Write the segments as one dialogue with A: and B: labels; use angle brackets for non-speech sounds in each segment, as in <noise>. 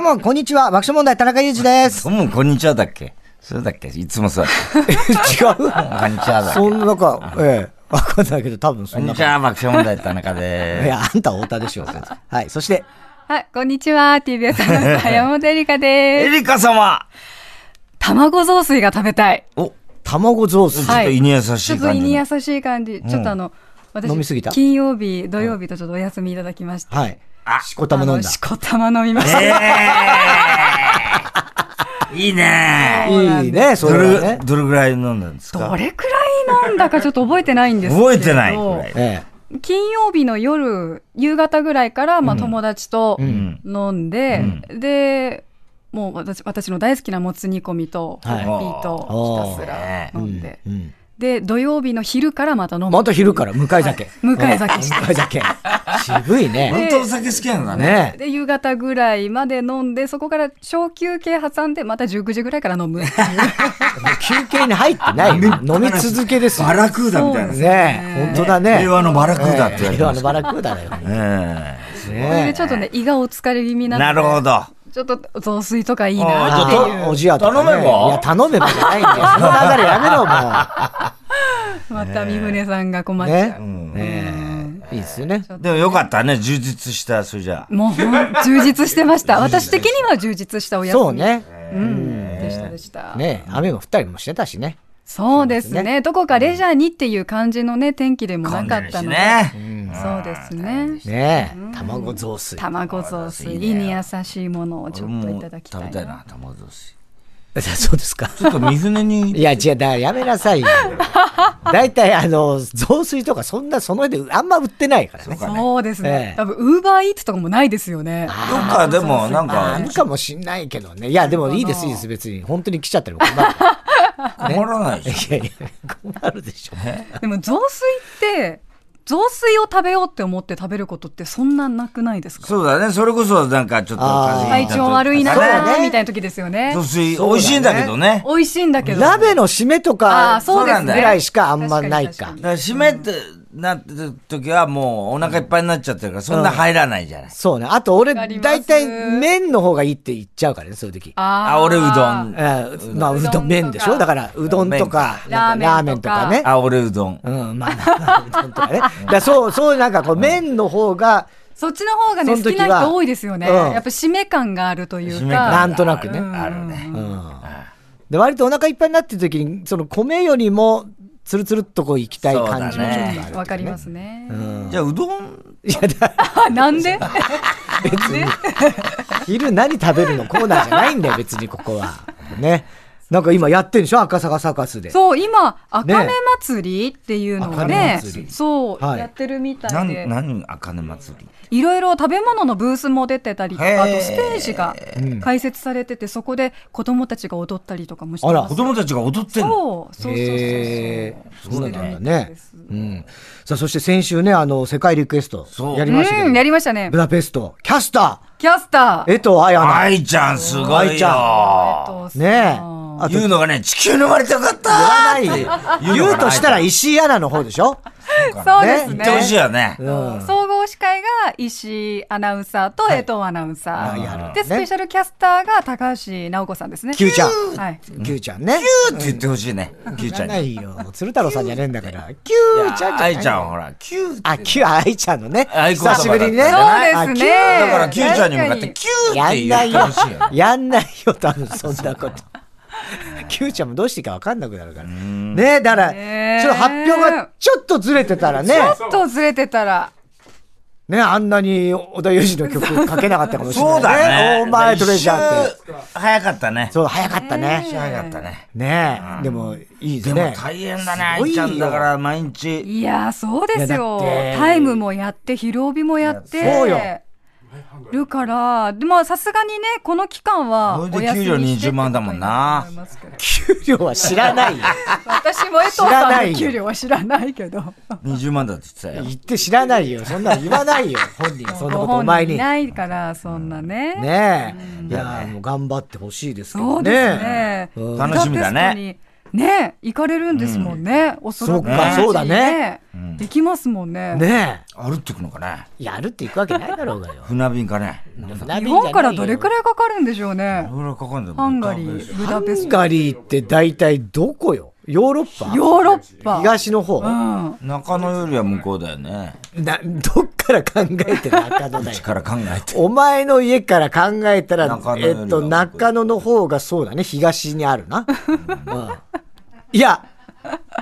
A: も、こんにちは。爆笑問題、田中裕二
B: <laughs>
A: です。
B: どうも、こんにちはだっけそれだっけいつもそうだっけ違うこんにちはだっけ
A: そんなか、ええ、わかんないけど、多分そ
B: こん
A: ん
B: に
A: な
B: ちは、爆笑問題田中
A: い
B: で
A: や、あんた太田でしょ。はい。そして、
C: あ、こんにちは。TBS アナウンサー山本エリカ
B: す。エ
C: です。
B: リカ様
C: 卵雑炊が食べたい。
B: お、
A: 卵雑炊。
B: ちょっと胃に優しい感じ
C: ち
B: の。
C: ょっと胃に優しい感じ。ちょっとあの、私、
A: 飲みすぎた
C: 金曜日、土曜日とちょっとお休みいただきまして。
A: はい。
B: あ
A: しこたま飲ん
C: あの
A: だ。
C: しこたま飲みました。
B: えーいいね
A: いいね、そ
B: ど
A: れは
B: れ
A: ね。
B: どれぐらい飲んだんです
C: ど
B: か
C: れくらい飲んだかちょっと覚えてないんですけど。
B: 覚えてないぐらい。
A: え
C: 金曜日の夜、夕方ぐらいから、まあ友達と
B: ん
C: 飲んで、で、もう私私の大好きなもつ煮込みと、
A: はい
C: ピーとひたすら飲んで
A: え。う。ん。
C: で、土曜日の昼からまた飲む。
A: また昼から、向かい酒。
C: 向かい酒して
A: うん向かい酒。渋いね。
B: 本当お酒好きなんだ <laughs> ね。
A: ねえ。
C: で、夕方ぐらいまで飲んで、そこから小休憩挟んで、また19時ぐらいから飲む。
A: 休憩に入ってないよ。飲み続けですよ。
B: バラクーダみたいな。
A: ねえ、本当だね。
B: 令和のバラクーダって言われて
A: 平和
B: ま
A: の
B: す。
A: バラクーダだよ。
B: え
C: それでちょっとね、胃がお疲れ気味
B: え
C: な
B: なるほ
C: ので、
B: ど。
C: ちょっと雑炊とかいい
B: あー
C: な
B: ちょっ
C: っ
B: てと
C: いう
A: おじやとかね
B: 頼めば
A: いや、頼めばじゃ
B: <laughs>
A: ないんだよ。その流れやめろ、も
C: また三船さんが困っちゃう。
A: う。ねえ。いいですよね。
B: でもよかったね、充実した、それじゃあ。
C: もうほん充実してました。私的には充実したお休み。
A: そう。ね。
C: うん。でしたでした。
A: ねえ、雨が降ったりもしてたしね。
C: そうですね。どこかレジャーにっていう感じのね、天気でもなかったので。
B: ね。
C: そうですね。
A: ねえ、卵雑炊。
C: 卵
B: い
C: 雑炊、
B: いね
C: 胃に優しいものをちょっといただきた
B: 俺も食べ
C: い
B: たい
C: な。
B: な、卵雑炊。
A: <laughs> そうですか。
B: ちょっと三船
A: い
B: に、
A: や、違う、だからやめなさいよ。
B: <laughs>
A: 大体、あの、雑炊とか、そんな、その辺であんま売ってないからね。
C: そうです
A: え
C: ね
A: え。
C: 多分、ウーバーイーツとかもないですよね。
B: どっかでもなん
A: あ
B: か
A: る、かもしんないけどね。いや、でもいいです、いいです、別に。本当に来ちゃったら困る。
B: 困らないでしょ。
A: いやいや、困るでしょ。
C: でも、雑炊って、雑炊を食べようって思って食べることってそんななくないですか
B: そうだね、それこそなんかちょっと風邪ひ
C: 体
B: いた時とかね
C: 調悪いな
A: そう
C: ー
A: ね
C: みたいな時ですよね
B: 雑。炊、美味しいんだけどね。
C: 美味しいんだけど。
A: 鍋の締めとか、
C: あーそう
B: ですね
A: ぐらいしかあんまないか。
B: だから締めってなってる時はもうお腹いっぱいになっちゃってるから、そんな入らないじゃない。
A: そうね。あと俺
C: わかり、ます
A: 大体麺の方がいいって言っちゃうからね、そういう時。
C: あ
B: あ、
C: ー
B: 俺うどん。
A: えーまあ、う
C: うどんと
A: ど
C: か
A: ん麺でしょだから、うどんとか、
C: 麺とか
A: なんかラーメンとかね。
B: あ、俺うどん。
A: うん、まあまあまあ、 <laughs> うどんとかね。だからそう、そう、なんかこう、麺の方が、
C: そっちの方が
A: そ
C: ね、
A: の
C: 好
A: 時
C: き
A: は
C: な人多いですよね。
A: うん
C: やっぱ締め感があるという
B: 締め感
C: か。
A: なんとなくね。
B: あるね。
A: うん。で、割とお腹いっぱいになってる時に、その米よりも、つるつるっとこう、行きたい感じもちょっとあるっていうね、
C: わかりますね。
B: じゃあうどん、
A: いや、だ
C: あ、なんで別に。
A: 昼何食べるのコーナーじゃないんだよ、別にここは。ね。なんか今やってんでしょ赤坂サカスで。
C: そう、今、赤
A: ね
C: 目祭りっていうのが
A: 茜
C: ね、
A: 祭り
C: そう、
A: はい
C: やってるみた
B: ないん、
C: で。
B: 何、あかね祭り。
C: いろいろ食べ物のブースも出てたりと
B: へー
C: か、あとステージが開設されてて、そこで子供たちが踊ったりとかもして
A: あら
C: ます
B: 子供たちが踊ってんの
C: そうそうそうそうそう。
A: へーそう
C: してるみ
A: なんだ
C: たい
A: ね
C: です。
A: うん。さあ、そして先週ね、あの、世界リクエスト
B: そ、う
A: やりましたけ
C: うん、や
A: ど、
C: りましたね
A: ブ。ダペスト、キャスタ
C: キャス
A: ー、
C: ター。
A: 江藤彩菜。
B: 愛ちゃん、すご
A: 愛
B: い
A: ちゃ
B: よ。
C: と
A: ねえ。
C: そう
A: あと、
B: 言
A: 言
B: うのがね、地球に生まれてよかった
A: わないよ
B: 言うの
A: 言
B: が
A: うとしたら石井アナの方でしょ
C: そうです
B: 言ってほしい
C: ね。
B: よね。
A: うん。
C: 総合司会が石井アナウンサーと江藤アナウンサ
A: あやるの
C: ー。
A: ね
C: で、スペシャルキャスターが高橋直子さんですね。
A: キューちゃん。
C: はい。
A: キューちゃんね。
B: キューって言ってほしいね。キューちゃ
A: いら
B: ん
A: な
B: に。
A: いよ。鶴太郎さんじゃねえんだから。キューちゃんじゃない
B: 愛ちゃんはほら、キュー。
A: あ、キュー、愛ちゃんのね。
B: 愛子様
A: 久しぶりにね。
C: そうですね
A: あキュー
B: だから、キューちゃんに向かって、
C: 確
B: キューって言ってほしいよね。
A: <laughs> やんないよ、多分 <laughs> そんなこと。キューちゃんもどうしていいか分かんなくなるから。ねえ、だから、
C: ねえ
A: ちょっと発表がちょっとずれてたらね、
C: ちょっとずれてたら。
A: ねあんなに小田裕二の曲かけなかったかもしれない、ね。
B: そうだね。
A: オーマイトレジャーって。
B: 一周早かったね。
A: そう、早かった
B: 一周
A: ね。
B: 早かったね。
A: ねえ、でもいいで
B: ですも
A: ね。
B: 大変だね、
A: すごい
B: 愛ち
A: よ
B: ゃんだから毎日。
C: いやー、そうですよ。
A: いやだって
C: タイムもやって、疲労日もやって。
A: そうよ
C: るから、でまあさすがにね、この期間は
B: それで
C: お休みし
B: 給
C: て
B: 料20万だもんな
C: ってことにると思いますけ
A: <laughs>
C: ど
A: 給料は知ら <laughs> ないよ。
C: 私も江藤
A: 知らな
C: さん
A: い
C: の
A: よ
C: 給料は知らないけど。
B: 20万だって言ってたよ。
A: 言って知らないよ。そんなの言わないよ。 <laughs> 本人がそんなことお前
C: い
A: に。ね
C: ないから、そんなね。
A: え。いや、もう頑張ってほしいですけ
C: そ
A: ど
C: うです
A: ね。
C: ね。
B: 楽しみだね
C: ブダペストにね行かれるんですもんね、おそらく
A: そっかそうだね
C: 行きますもんね
A: ね
B: 歩ってくのかね
A: え。やるって行くわけないだろうがよ。
B: 船便かね
A: 日
C: 日本からどれくらいかかるんでしょうね
B: いろいろかかんだ
C: ハンガリーブ
A: ハ
C: ダペ
A: ン
C: スト
A: ガリーって大体どこよヨーロッパ
C: ヨーロッパ
A: 東の方、
C: うん
B: 中野よりは向こうだよね。
A: な <laughs> どっから考えて中野だよ。
B: 力考えて。
A: お前の家から考えたら
B: 中、野よ
A: え
B: りは
A: っと、中野の方がそうだね。東にある
B: <laughs>
A: な。うんいや、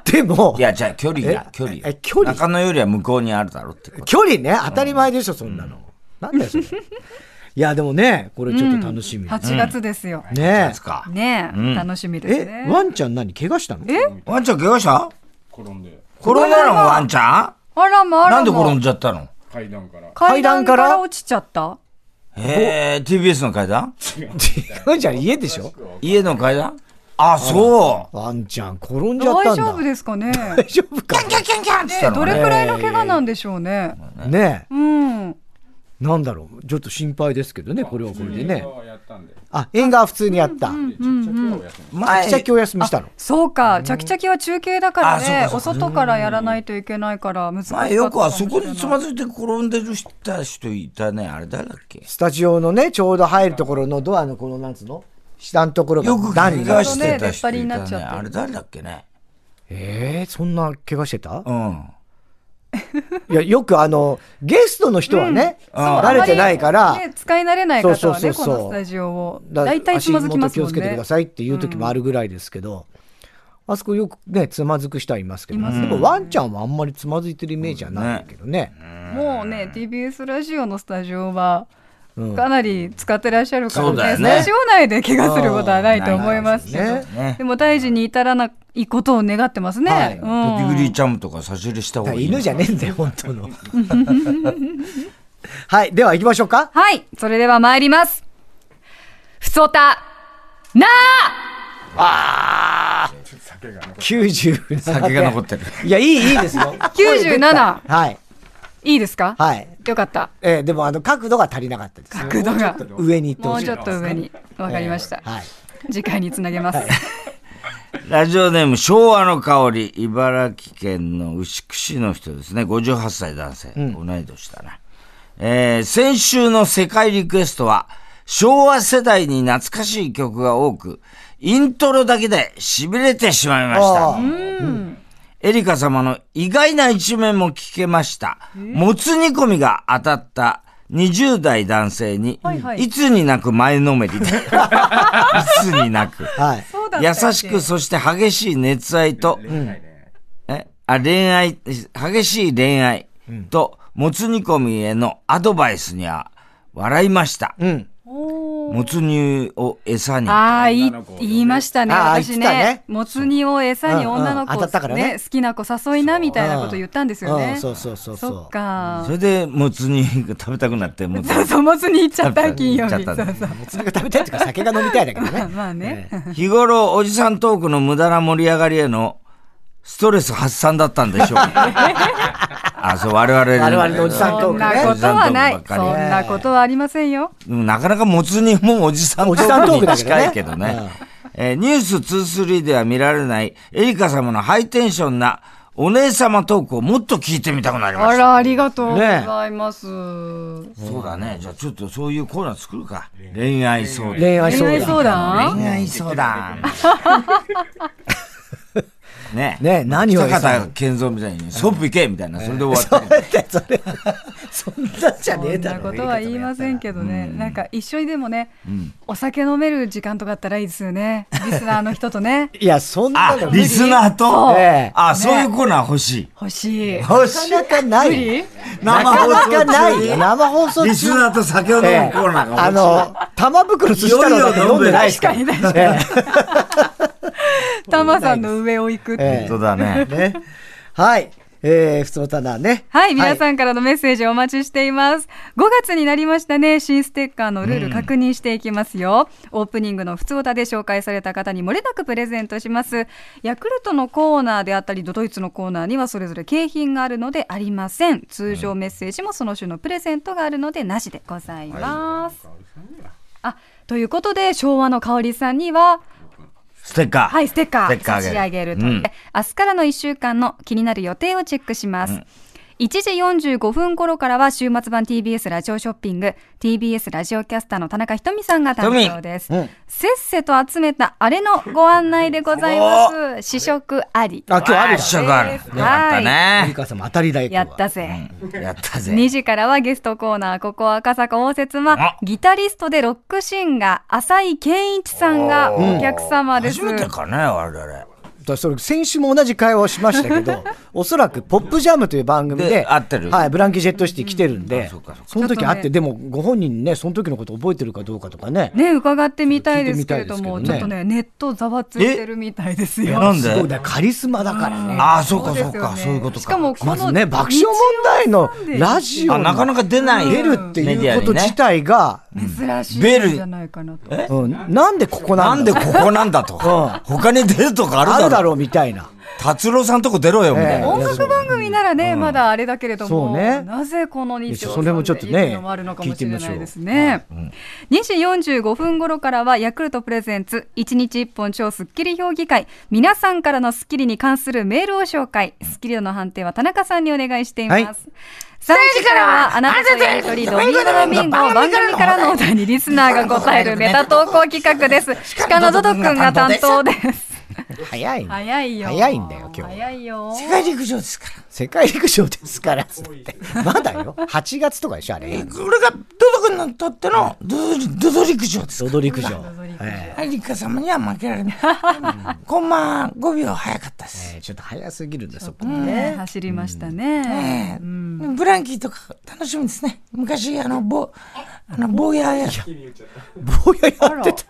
A: でも
B: い、や、じゃあ距離が
A: え、
B: 距離よ。
A: え距離
B: 中野よりは向こうにあるだろうってこと。
A: 距離ね、当たり前でしょ、そんなの。なんだよ、それ。いや、でもね、これちょっと楽しみ。
C: 8月ですよ、
A: ね
B: ですか。
C: ねえ、楽しみです
A: え。え、
C: ね
A: ワンちゃん何怪我したの <laughs>
C: え
B: ワンちゃん怪我した転んで。転んだのワンちゃ
C: あら
B: ん
C: まあらま
B: なんで転んじゃったの
C: 階段か
A: 階段から
C: ら落ちちゃった
B: えー、TBS の階段
A: 違うじゃん、家でしょ
B: 家の階段あ、そう。
A: ワンちゃん転んじゃっ
C: 大
A: たんだ。
C: 丈夫です
A: <laughs>
C: かね
A: 大丈夫か
B: キャンキャンキャンってした
C: え
B: の
C: ど
B: ね
C: れくらいの怪我なんでしょうね
A: ね
C: うん
A: え、なんだろう。ちょっと心配ですけどね、これはこれでね。
D: やったんで。
A: あ、縁側普通にやった。
B: 前
A: 先々お休みしたの。
C: そうか、チャキチャキは中継だから
B: あ
C: ね、
B: そう
C: お
B: かそうか
C: 外からやらないといけないから難しかった
B: 前
C: か
B: よ
C: も
B: くあ
C: し
B: そ
C: れ
B: こ
C: ない
B: につまずいて転んでる人人いたね。あれ誰だっけ
A: スタジオのね、ちょうど入るところのドアのこの、なんつうの下のところが
B: よく
A: 段
B: 怪
A: にな
B: 我
A: って
B: してた
C: 出っ張
B: 人
C: り
B: い
C: に
B: た
C: なっち
B: ね。
C: ゃってる
B: あれ誰だっけね。
A: えー、そんな怪我してた
B: うん。
A: いや、よくあの、ゲストの人はね、
C: そう
A: 慣れてないか
C: あ
A: ら
C: まり、ね使い慣れない方は
A: そうそう
C: ね、
A: そう
C: こ
A: そう
C: のスタジオを。
A: だ
C: 大体つまずきます
A: 足元気
C: も
A: を
C: ん
A: つけてく
C: ね
A: だ。さいっていう時もあるぐらいですけど、あそこよくね、つまずく人はいますけど、
C: います
A: でもワンちゃんはあんまりつまずいてるイメージはないけどね。
C: もうね、TBS ラジオのスタジオは、
A: うん
C: かなり使ってらっしゃるから
B: そうだよ
C: ね、ス
B: ね
C: タジオ内で怪我することはないと思いますけ
A: うんない
C: ど
A: です
B: ね、
C: でも大事に至らないことを願ってます
A: はい
C: ね。
B: ビ
C: うん
B: グリーチャムとか差し入れした方
A: だ
B: が
A: から
B: いい。
A: 犬じゃねえんだよ、本当の。 <laughs> はい、では行きましょうか。
C: はい、それでは参ります。ふつおた、な
A: 97
B: 酒が残ってる。
A: いや、いい、いいですよ。
C: あ !97!
A: はい、
C: いいですか
A: はい。
C: よかった。
A: えーでもあの角度が足りなかったです。
C: 角度が。
A: 上に行って
C: も
A: ほ
C: う
A: しい
C: ちょっと上に。わかりました。
A: はい。
C: 次回につなげます。
B: ラジオネーム昭和の香り、茨城県の牛久市の人ですね。58歳男性。同い年だな。えー先週の世界リクエストは、昭和世代に懐かしい曲が多く、イントロだけで痺れてしまいました。
A: あー
B: エリカ様の意外な一面も聞けました。もつ煮込みが当たった20代男性に、
C: はいいはい
B: つになく前のめりで、
C: <laughs>
B: いつになく、
A: はい。
C: そうだったっけ
B: 優しくそして激しい熱愛と、えあ恋愛、激しい恋愛と、もつ煮込みへのアドバイスには笑いました。
A: うん。
C: おー
B: もつ煮を餌
A: <laughs>
B: に。
C: ああ、いい、言いましたね、
A: あー
C: 私
A: 言ってたね
C: ね。もつ煮を餌に女の
A: うんうん
C: 子
A: 当たったか
C: を
A: らね
C: ね、好きな子誘いなみたいなこと言ったんですよ
A: う
C: ね
A: ん。そうそうそうそう
C: そっか
B: そ。れで、もつ煮が食べたくなって、もつ煮 <laughs>
C: <laughs> そうそう、もつ煮行っちゃっ
B: 食べ
C: た、
B: た
C: 金曜日。
B: 行
C: そ
B: っちゃ
C: うそ
B: った
A: <laughs>
C: う。
A: それが食べたいとか酒が飲みたいだけどね。
C: まあね。
B: 日頃、おじさんトークの無駄な盛り上がりへのストレス発散だったんでしょう。
C: <laughs>
B: あ、そう、我々の。
A: 我々のおじさんト
C: そ
A: ー
C: ん
A: ク
C: な
A: ね
B: お
C: こ
B: じ
C: と
B: さんトー
C: は
B: ク
C: ない。
B: ばっ
C: そ
B: かり
C: んなことはありませんよ。
B: でもなかなかもつ煮もおじさんト
A: おじさんト
B: ー
A: ー
B: ク
A: ク
B: に
A: だけどね
B: 近いけどね。えーニュース2-3では見られないエリカ様のハイテンションなお姉様トークをもっと聞いてみたくなりま
C: あ
B: し
C: ら、
B: た。
C: ありがとうございます。
B: そうだね。じゃあちょっとそういうコーナー作るか。恋愛相談。
A: 恋愛
C: <laughs> 恋愛
A: 相
C: 相
A: 談。
C: 談
B: 恋愛相談。ね
A: ね何を
B: 坂田健三みたいに、ソップ行けみたいな、それで終わって。
A: それ、そんなんじゃね
C: そ
A: え
C: ん
A: だ
C: な
A: ろ。、
C: ことは言いませんけどね、なんか一緒にでもね、お酒飲める時間とかあったらいいですよね、リスナーの人とね
A: いや、そんな
B: あ
A: の、、
B: リスナーと
A: ええ、
B: あ、そういうコーナー欲しい。
C: 欲しい。
B: 欲
A: な
B: しい。
A: かなかないよ。
B: 生
A: なか
B: 放
A: なか
B: 送
A: な
B: 中
A: いよ。
B: に、
A: 生放送中
B: リスナーと酒を飲むコ
A: ええ
B: ーナーが
A: あ
B: 欲しい。
A: の、玉袋寿司太郎だけ飲んでないですから
C: いよいよ飲ん
A: ええ
C: タマさんの上を行くっていう。
A: ええ
B: 本当だね。
A: ね。はい。えー、普通の棚ね。
C: はい、皆さんからのメッセージお待ちしています。5月になりましたね。新ステッカーのルール確認していきますよ。オープニングの普通歌で紹介された方にもれなくプレゼントします。ヤクルトのコーナーであったり、ドイツのコーナーにはそれぞれ景品があるのでありません。通常メッセージもその種のプレゼントがあるのでなしでございます。あ、ということで、昭和の香りさんには、
B: ステッカー。
C: はい、ステッカ
B: ステッカーあ
C: ー
B: げ
C: 差
B: る
C: し上げると、
B: うん
C: 明日からの1週間の気になる予定をチェックします。1時45分頃からは週末版 TBS ラジオショッピング TBS ラジオキャスターの田中ひとみさんが担当です、
A: うん
C: せっせと集めたあれのご案内でございます試食あり
A: あ、今日ある
B: 一
A: だ。
B: 緒がある。よかった
A: 森
B: ね。
A: 川さんも当たりだよ。今
C: や
A: 日は
C: ったぜ、
B: やったぜ。
C: 2時からはゲストコーナーここ赤坂応接間
B: あ
C: ギタリストでロックシンガー浅井健一さんがお客様です、
B: 初めてかね、我々。
A: だからそれ先週も同じ会話をしましたけ
B: <laughs>
A: どおそらく「ポップジャムという番組で
B: で合ってる
A: はい、ブランキー・ジェット・シティ来てるんで、
B: そうかそうか
A: その時
C: ちょっ
A: 会
C: とね
A: って、でもご本人ねその時のこと覚えてるかどうかとかね
C: ね、伺ってみたいですけれども、
A: 聞いてみ
C: ち
A: たいですけ
C: ょっと
A: どね
C: ね、ネットざわついてるみたいです
B: え
C: よ。
B: なんです
A: ごいだからカリスマだからね、
B: ああ、そうかそ
C: ですよ
B: う
C: ね
B: か、そういうことか。
C: しかも、この
A: まずね爆笑問題のラジオ
B: あ、なかなか出ない。
A: に出るっていうこと自体が、
C: 珍しいんじゃないかなと。
B: え
A: うん、なんでここな
B: なんん
A: だ
B: でここなんだと。他に出るとかあるだ
A: あ
B: ろ。
A: るだろうみたいな
B: 達郎さんとこ出ろよ、みたい
A: ええ
B: な。
C: 音楽番組ならね、まだあれだけれども、
A: そうね
C: なぜこの日曜
A: それもちょっとね
C: さんでいうのもあるのかもしれないですね。2時45分頃からは、ヤクルトプレゼンツ、1日1本超スッキリ評議会、皆さんからのスッキリに関するメールを紹介、スッキリ度の判定は田中さんにお願いしています。
A: はい
C: 3時からは、あなたとやりとり、ドミンゴドミンゴ、番組からのお題にリスナーが答えるネタ投稿企画です。鹿のドドくんが担当です。
A: 早い
C: <laughs> 早いよ。
A: 早いんだよ今日
C: 早いよ。
B: 世界陸上ですから。
A: 世界陸上ですからっつってまだよ8月とかでしょあれ
B: これがドド君にとってのドドドド陸上です
A: ロド陸上、え
B: アリカ様には負けられない。
A: <laughs>
B: コンマ5秒早かったで
A: え
B: す。
A: ええちょっと早すぎるんでそこ
C: ね、走りました
B: ええ
C: ね。
B: ブランキーとか楽しみですね。昔、あの、ぼ、あの、坊やや、
A: 坊ややってた。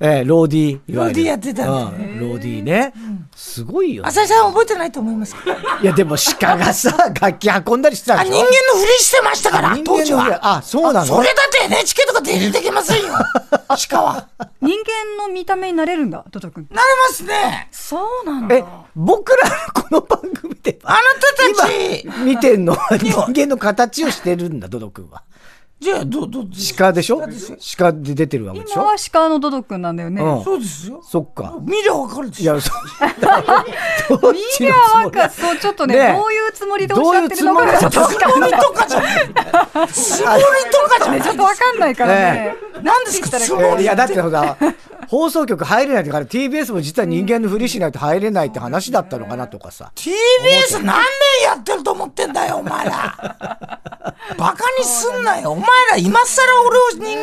A: ええ、ローディー。いわゆる
B: ローディーやってたんだ
A: うんローディーね。すごいよね。
B: 浅井さん覚えてないと思います。
A: <laughs> いや、でも鹿がさ、楽器運んだりしてた
B: あ、
A: で
B: 人
A: し
B: 間の
A: ょ
B: ふりしてましたから、当時
A: 人間のふり
B: は。
A: あ、そうな
B: そ
A: の
B: れだって NHK とか出てきません
A: <laughs>
B: よ。鹿は。なれ
C: 人間の見た目になれるんだ、トト君。
B: ますね。
C: そうなん
A: え
C: だ。、
A: 僕らのこの番組で
B: あ
A: は、
B: なたたち。
A: 今見てんのは人間の形をしてるんだ、ドド君は。
B: じゃあ、ど、ど、ど
A: 鹿でしょ鹿で出てるわけでし
C: 今
A: ょ
C: は鹿のドド君なんだよね。
A: うん。
B: そうですよ。
A: そっか。
B: 見りゃわかるで
A: い
C: <laughs>
B: しょ。
A: や、そう。どっ
C: い
A: ちの
C: や
A: つも
C: わ
A: りだ
C: かそうちょっとね
A: ねえ
C: どういうつもりでおっしゃってるの
A: どう
C: か
A: いうつ
C: がち
A: も
C: ょ
A: り
C: っ
A: だった
C: とわかんない
B: とかじゃない。絞りとかじゃない。
C: ちょっとわかんないから <laughs> ね。
B: 何ですか、つ
A: え
B: も
A: ーい
B: り
A: やだってほら放送局入れないとか TBS も実は人間のふりしないと入れないって話だったのかなとかさ
B: TBS 何年やってると思ってんだよ、お前ら。バカにすんなよ。お前ら今更俺を人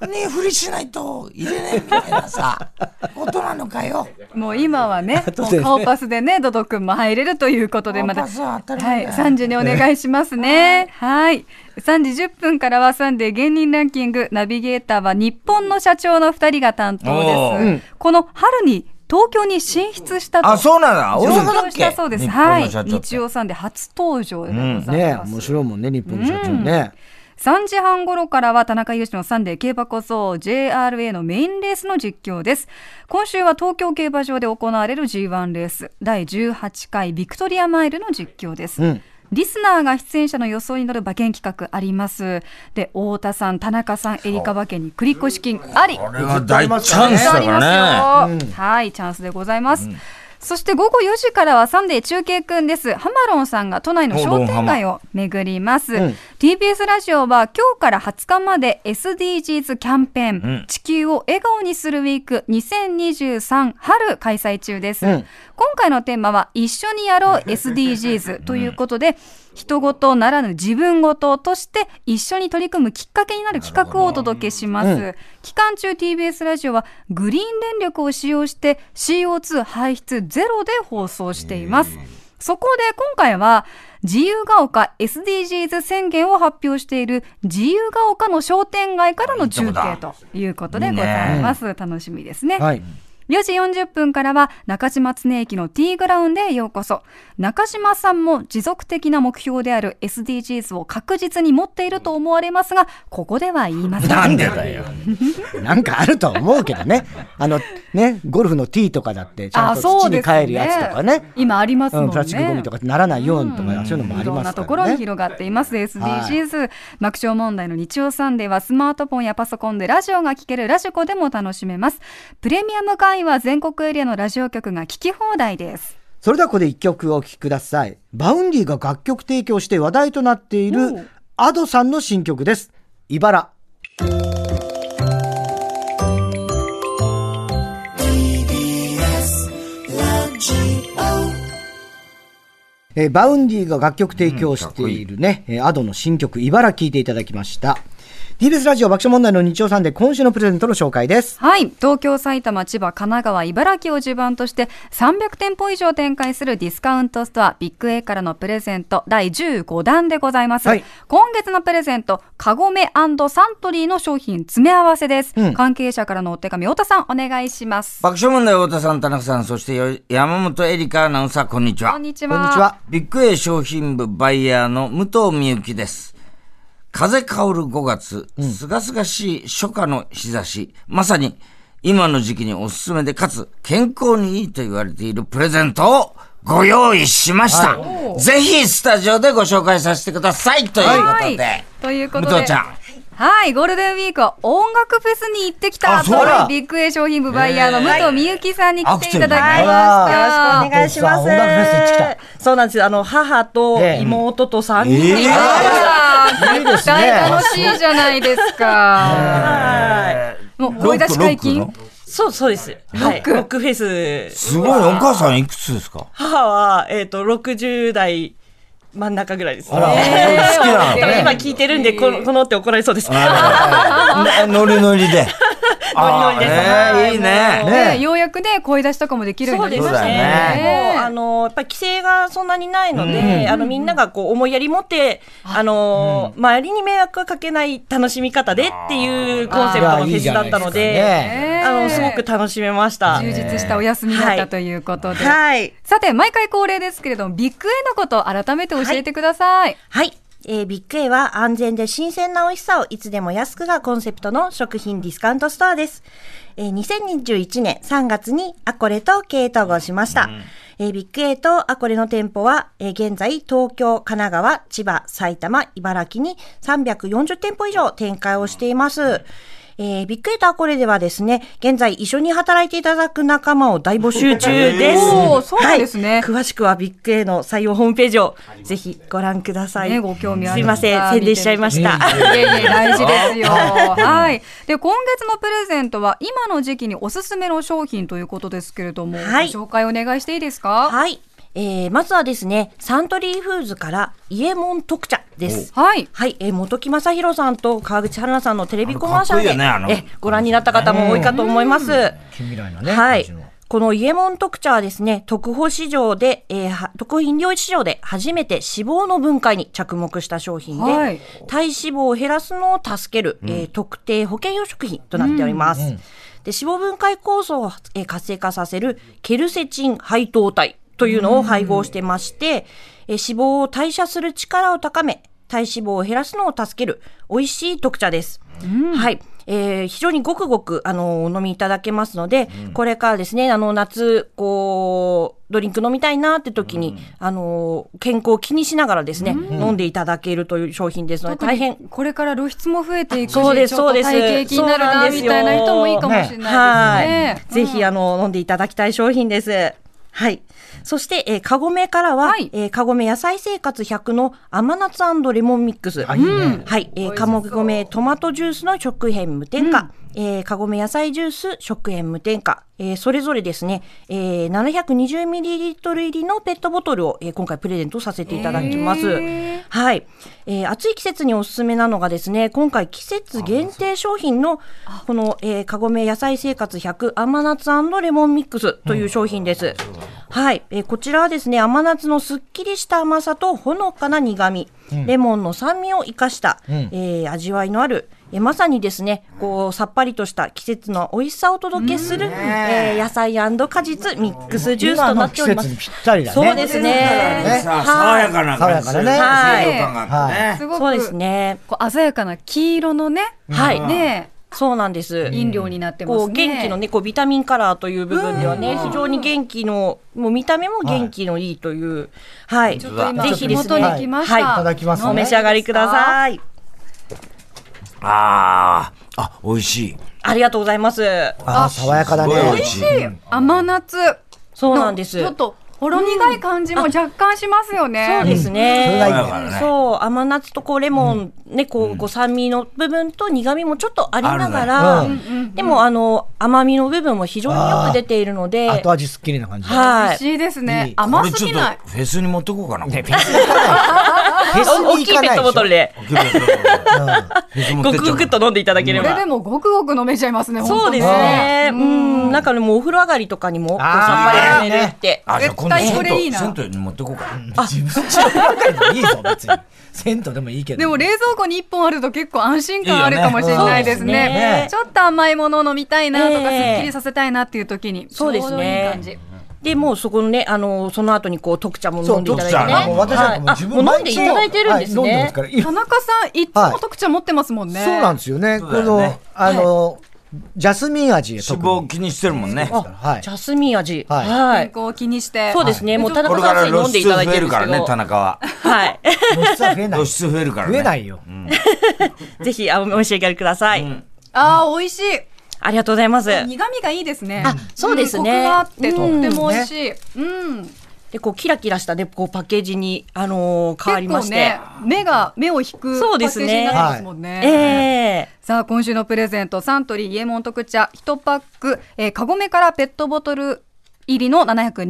B: 間にふりしないと入れねえみたいなさ、ことなのかよ。
C: もう今は <laughs> ね、
A: と
C: も
A: でね
C: う顔パスでね、ドド君も入れるということで、また。
B: 顔パスは当たり
C: は
B: 前
C: い、
B: だよ
C: 3時にお願いしますね。はい。3時10分からはサンデー芸人ランキング、ナビゲーターは日本の社長の2人が担当
B: おーう
C: です。この春に東京に進出したと。
B: そうなんだ
C: 上京したそうです。はい。日
B: 曜。
C: 曜サンデー初登場でございます。
A: ね面白いもんね日本の社長ね、
C: 3時半頃からは田中裕志のサンデー競馬こそ JRA のメインレースの実況です今週は東京競馬場で行われる G1 レース第18回ビクトリアマイルの実況です、
A: ん
C: リスナーが出演者の予想に乗る馬券企画ありますで太田さん田中さんエリカ馬券に繰越金あり
B: これは大チャ
C: チ
B: ンスだ
C: あり
B: からね。
C: ますよ、はい、チャンスでございます。そして午後4時からはサンデー中継くんです。ハマロンさんが都内の商店街を巡ります。TBS ラジオは今日から20日まで SDGs キャンペーン、地球を笑顔にするウィーク2023春開催中です。今回のテーマは一緒に
B: <laughs>
C: やろう SDGs ということで、人事ならぬ自分事として一緒に取り組むきっかけになる企画をお届けします、期間中 TBS ラジオはグリーン電力を使用して CO2 排出ゼロで放送しています、そこで今回は自由が丘 SDGs 宣言を発表している自由が丘の商店街からの中継ということでございます楽しみですね、
A: はい
C: 4時40分からは中島常駅の T グラウンドへようこそ中島さんも持続的な目標である SDGs を確実に持っていると思われますがここでは言いません
B: なんでだよ。
A: なんかあるとは思うけどねあのねゴルフのティーとかだってちゃ
C: あ
A: んと
C: そ
A: 土
C: うで
A: に
C: すね
A: 帰るやつとかね
C: 今あります
A: う
C: も
A: ん
C: ね、
A: ん、プラスチックゴミとかならないようにとか、そういうのもあ
C: い
A: り
C: ろん
A: ま
C: な
A: す
C: と
A: か
C: ころ
A: ら
C: に
A: ね。
C: 広がっています SDGs、爆笑問題の日曜サンデーはスマートフォンやパソコンでラジオが聴けるラジコでも楽しめますプレミアム会回は全国エリアのラジオ局が聞き放題です。
A: それではここで一曲お聴きください。バウンディが楽曲提供して話題となってい
C: おう
A: るアドさんの新曲です。茨。えーバウンディが楽曲提供しているね、えーアドの新曲、茨聴いていただきました。TBS ラジオ爆笑問題の日曜サンデー今週のプレゼントの紹介です。
C: はい。東京、埼玉、千葉、神奈川、茨城を地盤として300店舗以上展開するディスカウントストアビッグ A からのプレゼント第15弾でございます。
A: はい
C: 今月のプレゼント、カゴメサントリーの商品詰め合わせです。
A: うん
C: 関係者からのお手紙、太田さんお願いします。
B: 爆笑問題太田さん、田中さん、そしてよ山本エリカアナウンサー、こんにちは。
C: こんにち
A: こん
C: は。
A: にちは。
B: ビッグ A 商品部バイヤーの武藤美幸です。風薫る5月、すがすがしい初夏の日差し、まさに今の時期におすすめで、かつ健康にいいと言われているプレゼントをご用意しました。ぜひスタジオでご紹介させてくださいということで。
C: はいということで
B: 武藤ちゃん。
C: はい、ゴールデンウィークは音楽フェスに行ってきた
A: あ
C: と
A: そうだ
C: ビッグ A 商品部バイヤーの武藤美幸さんに来ていただきま
B: はい
C: した。
D: お願いします。
A: 音楽フェス行ってきた
D: そうなんです。あの母と
A: ええ
D: 妹と三人で行ってきました
A: いいですね
C: 絶対楽しいじゃないですか。
D: はい。
C: もう声出し解禁。
D: そうそうです。はい。ロックフェス。
B: すごい、お母さんいくつですか
D: 母はえっ、と六十代真ん中ぐらいです、ね。
B: 好きな
D: でも今聞いてるんでこのこのって怒られそうです。
B: <laughs> のノリノリで。
D: <laughs> ノリノリです
B: あー
D: は
B: えー
D: い
B: いいね。
A: ね
C: でようやくね声出しとかもできるよう
D: そう
C: にな
D: で
C: り
D: す
C: ま
D: ね。
C: した
D: もうあ
C: ね。
D: のやっぱり規制がそんなにないので、あのみんながこう思いやり持って、あの、周りに迷惑はかけない楽しみ方でっていうコンセプトのフェスだったので、
C: ね
D: あのすごく楽しめました。
C: 充実したお休みだっ
D: は
C: た
D: い
C: ということで。
D: はい。
C: さて毎回恒例ですけれどもビッグ A のこと改めて教えてください。
D: はい。えービッグ A は安全で新鮮な美味しさをいつでも安くがコンセプトの食品ディスカウントストアです。えー2021年3月にアコレと経営統合しました。えービッグ A とアコレの店舗は、えー現在東京、神奈川、千葉、埼玉、茨城に340店舗以上展開をしています。えービッグエーターこれではですね、現在一緒に働いていただく仲間を大募集中です。
C: おーそうなんですね
D: はい詳しくはビッグ A の採用ホームページをぜひご覧ください。
C: ね、ご興味あ
D: す
C: る
D: いません、宣伝しちゃいました。
C: いえいえ、大事です
D: <laughs>
C: よ。はい。で、今月のプレゼントは、今の時期におすすめの商品ということですけれども、
D: はい
C: ご紹介お願いしていいですか
D: <laughs> はい。えーまずはですね、サントリーフーズから、イエモン特茶です。
C: はい。
D: はい、えー、本木正弘さんと川口春奈さんのテレビコマーシャル
B: あ
D: で、
B: れかっこいいよねあの
D: えご覧になった方も多いかと思います。
A: 近未来のね。
D: はい
A: 感じの。
D: このイエモン特茶はですね、特保市場で、えーは特飲料市場で初めて脂肪の分解に着目した商品で、
C: はい
D: 体脂肪を減らすのを助ける、えー特定保険用食品となっております。で脂肪分解酵素を、えー活性化させるケルセチン配糖体というのを配合してまして、えー脂肪を代謝する力を高め、体脂肪を減らすのを助ける美味しい特茶です。はい。えー非常にごくごく、あの、お飲みいただけますので、これからですね、あの、夏、こう、ドリンク飲みたいなって時に、あの、健康を気にしながらですね、飲んでいただけるという商品ですので、
C: 特
D: 大変
C: にこれから露出も増えていくし、
D: そうです
C: ちょっと
D: そうです
C: 体型気になる
D: そうな
C: な、
D: んです
C: み
D: よ
C: たいな人もいいかもしれない
D: は
C: で
D: い。
C: すね。
D: ぜひ、あの、飲んでいただきたい商品です。はい。そして、えー、カゴメからは、
C: はい
D: えー、カゴメ野菜生活100の甘夏レモンミックス。
A: あ、いいね。
D: はい。えー、カゴメトマトジュースの食塩無添加。えー、カゴメ野菜ジュース食塩無添加。えー、それぞれですね、えー、720ml 入りのペットボトルを、えー、今回プレゼントさせていただきます。はい。えー、暑い季節におすすめなのがですね、今回季節限定商品の、この、えー、カゴメ野菜生活100甘夏レモンミックスという商品です。はい。えー、こちらはですね、甘夏のすっきりした甘さとほのかな苦味、レモンの酸味を生かした、えー味わいのある、えーまさにですね、こう、さっぱりとした季節の美味しさをお届けする、えー野菜果実ミックスジュースとなっております。
A: 今の季節にぴったりだね
D: そうですね。
B: さあ、爽
D: はい
B: やかな感じ
A: 爽やかなね
B: 清涼感があってね。
C: すごく
D: そうですね。
C: こう鮮やかな黄色のね、
D: はい
C: ね、
D: そうなんです。
C: 飲料になってますね。
D: こう元気のね、こうビタミンカラーという部分ではね、非常に元気の、もう見た目も元気のいいという、はい。
C: ちょっと今、
D: ぜひです
C: 元に
D: ね、
C: 来ました。
D: はいい
A: ただきますね
D: お召し上がりください。
B: ああ、あ、美味しい。
D: ありがとうございます。
A: ああ、爽やかだね
B: す。ごい美味
C: 美味
B: し
C: し
B: い
C: い甘夏
D: そう
C: の
D: なんです。
C: ちょっとほろ苦い感じも若干しますよね
D: そうです
A: それ
D: ね
A: がいい。
B: だからね。
D: そう甘夏とこうレモン、ねこう、ご酸味の部分と苦味もちょっとありながら、
A: ある
D: でもあの甘みの部分も非常によく出ているので
A: 後味すっきりな感
D: <laughs>
A: じ。
C: 美
D: は
C: 味し
D: い
C: いですね
A: いい
B: こ
C: 甘
B: れ
C: す
B: ちょっ
C: ぎ
B: と
C: ない
B: フェスに持ってこうかな。
A: ねフェスに行かない。フェス
D: 大
A: に
D: き
A: 行
D: い
A: か
D: ペ
A: な
D: ッ
A: いでしょ
D: トボトルで
B: フェス持ってっちゃお
D: ごくご
B: う
D: くっと飲んでいただけれ
C: これで
D: ば。
C: もごくごく飲めちゃいますね
D: そうですね。うん。なんかね、もうお風呂上がりとかにも、こうさ
A: あ
D: っ
A: ー
D: ぱり飲めるって。
B: あ、じゃあ今度
C: 絶対これいい
B: 銭湯、
C: な
B: 銭湯に持ってこうか。
A: 自分ちの中でもいいぞ、別に。銭湯でもいいけど。
C: でも冷蔵庫に1本あると結構安心感あるかもしれないですね
D: いいよねうんそうですね
C: ちょっと甘いものを飲みたいなとか、
D: ええ
C: すっきりさせたいなっていう時に
D: そうで
C: ち
D: すね
C: ょうどいい感じ
D: で、もうそこのね、あの、その後にこう、特茶も飲んでいただい
B: そう
D: て
B: 特茶
A: も
D: ね。
A: う私
D: は
A: なんか
D: い
A: もう
D: あ
A: 自分
D: もう飲んでいただいてるんです
A: はい飲んでま
D: ね
A: す。から。いい
C: <laughs> 田中さんいつも特茶持ってますもんね、
A: そうなんですよね。
B: そう
A: こ
B: だよね
A: の、あの、ジャスミン味
B: 脂
A: 特に
B: 肪気にしてるもんね。
A: あはい
D: ジ。ャスミン味。
A: はい
D: はい
C: 健。康を気にして
D: そうですね。もう田
B: こ
D: 中
B: れか
D: さ
B: ら
D: んに
B: 露
D: 飲んで
B: 出
D: いただい
B: 増
D: て
B: え
D: る
B: る
D: んで
B: か
D: すけ
B: らね、田
D: ど。
B: 中は。
D: はい。 <laughs>
A: 露出は増えない。
B: 露出増えるからね。
A: 増えないよ。
D: ぜひ、あお召し上がりください。
C: あー美味しい
D: ありがとうございます。
C: 苦味がいいですね
D: あそうです
C: ん
D: ね
C: コクがあってとっても
A: うん
C: 美味しい、うん
D: で、こう、キラキラしたね、こう、パッケージに、あのー変わり
C: 結
D: ま
C: 構
D: して。
C: ね目が目を引くパ
D: そ
C: ッ
D: う
C: ケ
D: で
C: ー
D: す
C: ジ
D: ね
C: になってますもんね
D: ええ
C: さあ今週のプレゼントサントリーイエモン特茶1パック、えー、カゴメからペットボトル入りの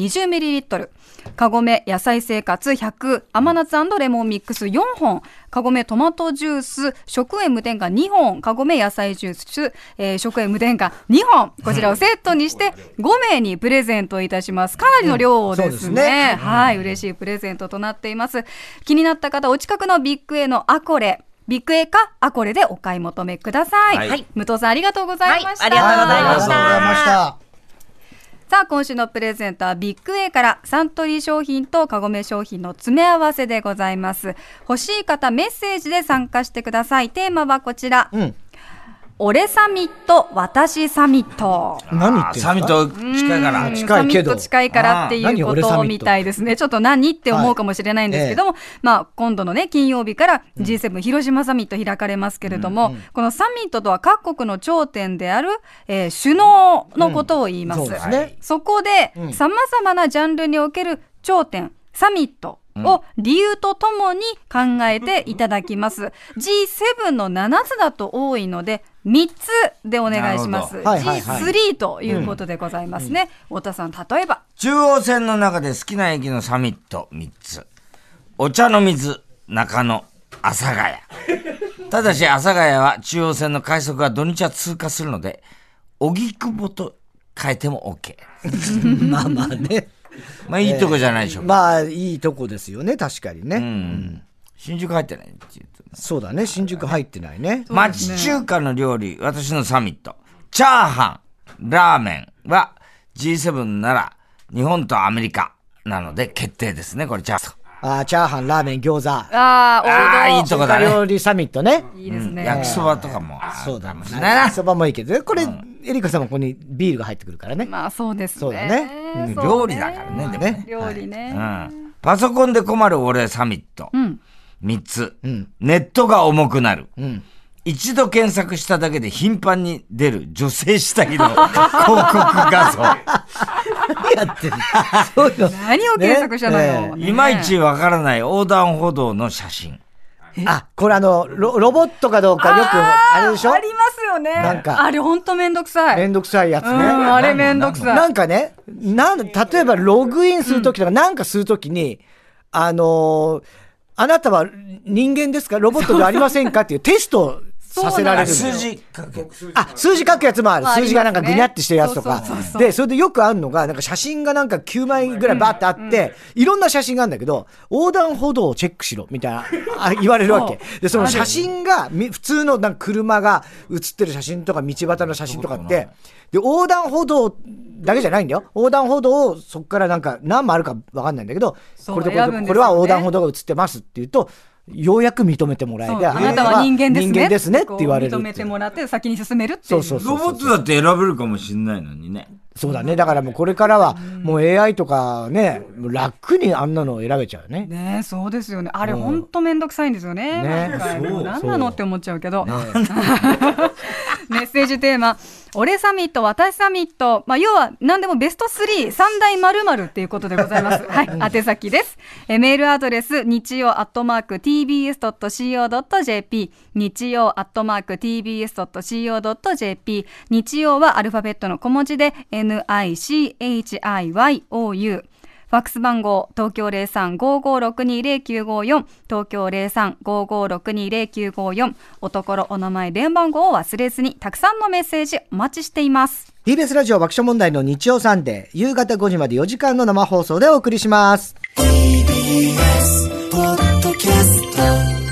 C: 720ml カゴメ野菜生活100甘夏レモンミックス4本カゴメトマトジュース食塩無添加2本カゴメ野菜ジュース、えー食塩無添加2本こちらをセット
A: <laughs>
C: にして5名にプレゼントいたしますかなりの量ですね,、
A: うんそうですね
C: はい、嬉しいプレゼントとなっています。気になった方、お近くのビッグ A のアコレ、ビッグ A かアコレでお買い求めください。
B: は
C: はいい、武藤さん、ありがとうございました。
D: はいありがとうござい
A: ありが
D: ました
A: とうございました。
C: さあ、今週のプレゼントはビッグ A からサントリー商品とカゴメ商品の詰め合わせでございます。欲しい方、メッセージで参加してください。テーマはこちら。
A: うん。
C: 俺サミット、私サミット。
A: 何言っ
B: あ
A: て
B: サ
A: ん
B: ミ
A: です
B: ッ
A: か
B: ト近いから。
A: 近いけど
C: サミット近いからっていうこ
A: あー何俺サ
C: と
A: ミット
C: みたいですね。ちょっと何って思うかもしれないんですけども、まあ今度のね、金曜日から G7 広島サミット開かれますけれども、このサミットとは各国の頂点である、えー首脳のことを言います。
A: そうですね。
C: そこで、
A: うん
C: 様々なジャンルにおける頂点、サミットを理由とともに考えていただきます。G7 の7つだと多いので、3つでお願いします。
B: な
A: るほどはいはいはい
C: G3 ということでございますね。太田さん、例えば。
B: 中央線の中で好きな駅のサミット3つ。お茶の水、中野、阿佐ヶ谷。ただし、阿佐ヶ谷は中央線の快速が土日は通過するので、荻窪と変えても OK。
A: まあまあね。
B: まあいいとこじゃないでしょうか。
A: まあ、いいとこですよね、確かに
B: う
A: ね。
B: ん。新宿入ってないって言うとね
A: そうだね、新宿入ってないね。
B: 町中華の料理、私のサミット。チャーハン、ラーメンは G7 なら日本とアメリカなので決定ですね。これチャーハン。
A: あーチャーハン、ラーメン、餃子。
C: あ
B: ああ、
C: あ、
B: い
C: 王
B: いと
A: 中
B: こだ
A: 華
B: ね。
A: 料理サミットね。
C: 道。いいですね。
B: 焼きそばとかもあ
A: そ
B: る
A: うだ
B: か
A: ね
B: もしれない
A: 焼
B: な
A: き。そばもいいけどね、これ、エリカさんもここにビールが入ってくるからね。
C: まあそうですね。
A: そうだね
C: そうね
B: 料理だからね、でもね。
C: 料理ね。
B: うん。パソコンで困る俺サミット。
C: ん
B: 3つ、
A: ん
B: ネットが重くなる。
A: ん
B: 一度検索しただけで頻繁に出る女性下着の広告画像。
A: 何やってんの <laughs> そういうの。
C: 何を検索したのよ。ね
B: いまいちわからない横断歩道の写真。
A: あ、これあの、ロロボットかどうかよく、あれでしょ
C: ありますよね。
A: なんか
C: あれ本当めんどくさい。
A: めんどくさいやつね。
C: うん、あれめんどくさい。
A: なんかね、なん例えばログインするときとか、なんかするときに、あのーあなたは人間ですかロボットではありませんかっていうテストをさせられるのよ
B: 数字かけ
A: あ、数字書くやつもある。
C: まあ
A: 数字がなんか
C: あり
A: ぐ
C: ますね
A: にゃってしてるやつとか
C: そうそうそう。そう
A: で、それでよくあるのが、なんか写真がなんか9枚ぐらいバーってあって、いろんな写真があるんだけど、横断歩道をチェックしろ、みたいな、あ <laughs> 言われるわけ。で、その写真が、み普通のなんか車が写ってる写真とか、道端の写真とかって、で、横断歩道だけじゃないんだよ。横断歩道をそこからなんか何もあるかわかんないんだけど、
C: そう
A: これとこれと
C: 選ぶんですよね
A: これは横断歩道が写ってますっていうと、ようやく認めてもらえ
C: そう
A: て、
C: あなたは人間ですね。
A: 人間ですねって言われる
C: こ
A: っ
C: う認
A: ていう。
C: めてもらって先に進めるっていう。
A: そうそう
B: ロボットだって選べるかもしれないのにね。
A: そうだね。だからもうこれからは、もう AI とかね、もう楽にあんなの選べちゃうよね。
C: ねえそうですよね。あれ本当めんどくさいんですよね。
A: ね
C: なんか
A: そう
C: <laughs> もう何なのって思っちゃうけど。メッセージテーマ、俺サミット、私サミット、まあ、要は何でもベスト3、三大〇〇っていうことでござ
A: <laughs>
C: います。はい、宛先です。えメールアドレス、日曜アットマーク tbs.co.jp、日曜アットマーク tbs.co.jp、日曜はアルファベットの小文字で、nichiou。ファックス番号、東京03-55620954、東京03-55620954、おところお名前、電話番号を忘れずに、たくさんのメッセージお待ちしています。
A: TBS ラジオ爆笑問題の日曜サンデー、夕方5時まで4時間の生放送でお送りします。
E: TBS ポッドキャスト